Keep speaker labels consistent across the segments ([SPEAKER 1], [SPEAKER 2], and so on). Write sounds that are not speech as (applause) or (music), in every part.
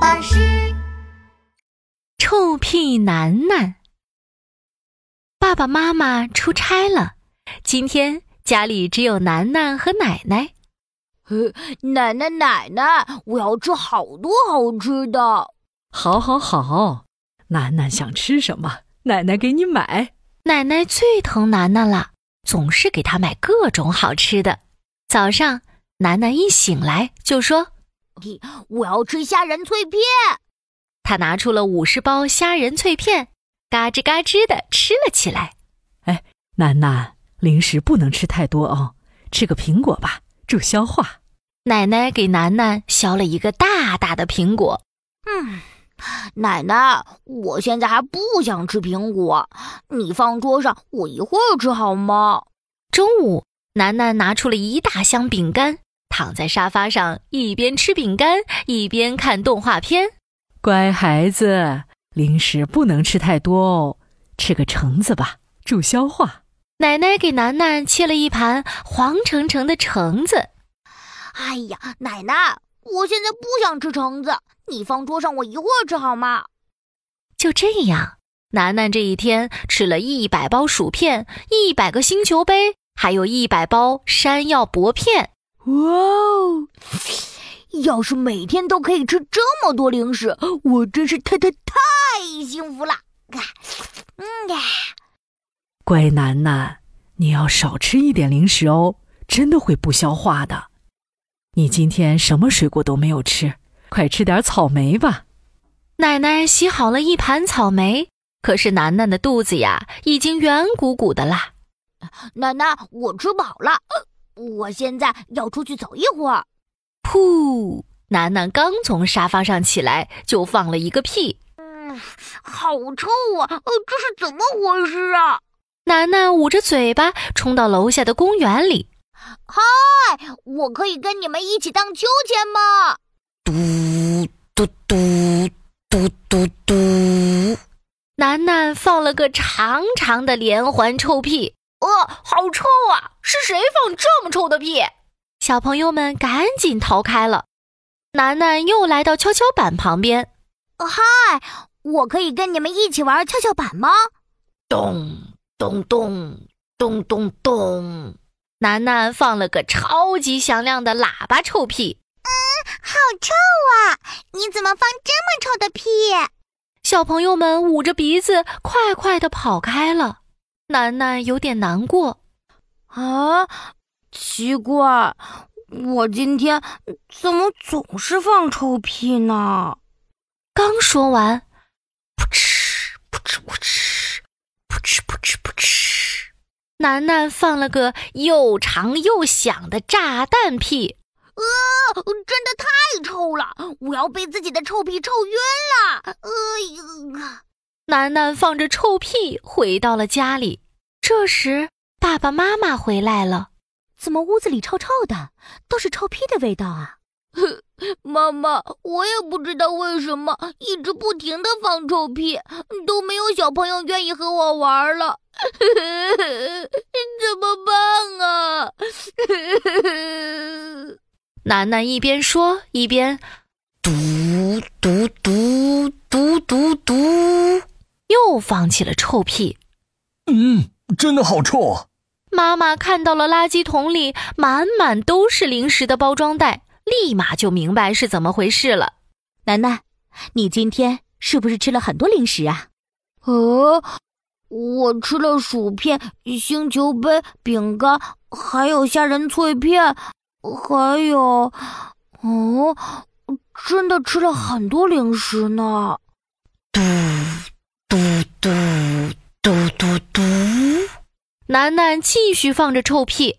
[SPEAKER 1] 巴士。
[SPEAKER 2] 臭屁楠楠，爸爸妈妈出差了，今天家里只有楠楠和奶奶。
[SPEAKER 3] 呃奶奶奶奶，我要吃好多好吃的。
[SPEAKER 4] 好，好，好，楠楠想吃什么，奶奶给你买。
[SPEAKER 2] 奶奶最疼楠楠了，总是给她买各种好吃的。早上，楠楠一醒来就说
[SPEAKER 3] 我要吃虾仁脆片。：“
[SPEAKER 2] 她拿出了五十包虾仁脆片，嘎吱嘎吱的吃了起来。
[SPEAKER 4] 楠楠，哎零食不能吃太多哦，吃个苹果吧，助消化。”
[SPEAKER 2] 奶奶给楠楠削了一个大大的苹果。
[SPEAKER 3] 嗯，奶奶，我现在还不想吃苹果，你放桌上，我一会儿吃好吗？
[SPEAKER 2] 中午，楠楠拿出了一大箱饼干，躺在沙发上，一边吃饼干一边看动画片。
[SPEAKER 4] 乖孩子，零食不能吃太多哦，吃个橙子吧，助消化。
[SPEAKER 2] 奶奶给楠楠切了一盘黄澄澄的橙子，
[SPEAKER 3] 哎呀，奶奶，我现在不想吃橙子，你放桌上，我一会儿吃好吗？
[SPEAKER 2] 就这样，楠楠这一天吃了一百包薯片、一百个星球杯，还有一百包山药薄片。
[SPEAKER 3] 哇哦！要是每天都可以吃这么多零食，我真是太太太幸福了。嗯
[SPEAKER 4] 乖楠楠，你要少吃一点零食哦，真的会不消化的。你今天什么水果都没有吃，快吃点草莓吧。
[SPEAKER 2] 奶奶洗好了一盘草莓，可是楠楠的肚子呀已经圆鼓鼓的啦。
[SPEAKER 3] 奶奶，我吃饱了，呃我现在要出去走一会儿。
[SPEAKER 2] 噗！楠楠刚从沙发上起来，就放了一个屁。
[SPEAKER 3] 好臭啊！呃，这是怎么回事啊？
[SPEAKER 2] 楠楠捂着嘴巴冲到楼下的公园里，
[SPEAKER 3] 哎，我可以跟你们一起荡秋千吗？
[SPEAKER 2] 嘟嘟嘟嘟嘟。楠楠放了个长长的连环臭屁，
[SPEAKER 3] 呃，好臭啊！是谁放这么臭的屁？
[SPEAKER 2] 小朋友们赶紧逃开了。楠楠又来到跷跷板旁边，
[SPEAKER 3] 我可以跟你们一起玩跷跷板吗？
[SPEAKER 2] 咚咚咚咚咚咚。楠楠放了个超级响亮的喇叭臭屁，
[SPEAKER 1] 好臭啊！你怎么放这么臭的屁？
[SPEAKER 2] 小朋友们捂着鼻子快快的跑开了。楠楠有点难过，
[SPEAKER 3] 啊，奇怪，我今天怎么总是放臭屁呢？
[SPEAKER 2] 刚说完，扑哧扑哧扑哧，扑哧扑哧扑哧，楠楠放了个又长又响的炸弹屁。
[SPEAKER 3] 呃 (laughs) 真的太臭了，我要被自己的臭屁臭晕了。哎呀！
[SPEAKER 2] 楠楠放着臭屁回到了家里。这时，爸爸妈妈回来了。
[SPEAKER 5] 怎么屋子里臭臭的，都是臭屁的味道啊？
[SPEAKER 3] 妈妈，我也不知道为什么一直不停的放臭屁，都没有小朋友愿意和我玩了， (laughs) 怎么办啊？ (laughs)
[SPEAKER 2] 楠楠一边说一边嘟嘟嘟嘟嘟嘟，又放起了臭屁。
[SPEAKER 6] 嗯，真的好臭啊！
[SPEAKER 2] 妈妈看到了垃圾桶里满满都是零食的包装袋，立马就明白是怎么回事了。
[SPEAKER 5] 楠楠，你今天是不是吃了很多零食啊？
[SPEAKER 3] 呃，我吃了薯片、星球杯、饼干，还有虾仁脆片，还有，哦，真的吃了很多零食呢。
[SPEAKER 2] 嘟嘟嘟嘟嘟嘟，楠楠继续放着臭屁。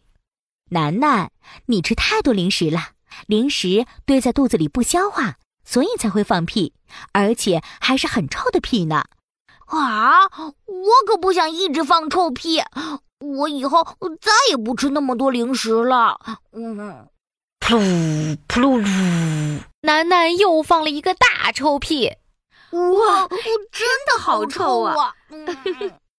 [SPEAKER 5] 楠楠，你吃太多零食了，零食堆在肚子里不消化，所以才会放屁，而且还是很臭的屁呢。
[SPEAKER 3] 啊！我可不想一直放臭屁，我以后再也不吃那么多零食了。嗯，
[SPEAKER 2] 噗噜噗噜噜，楠楠又放了一个大臭屁。
[SPEAKER 3] 哇，真的好
[SPEAKER 5] 好臭啊
[SPEAKER 3] 啊！嗯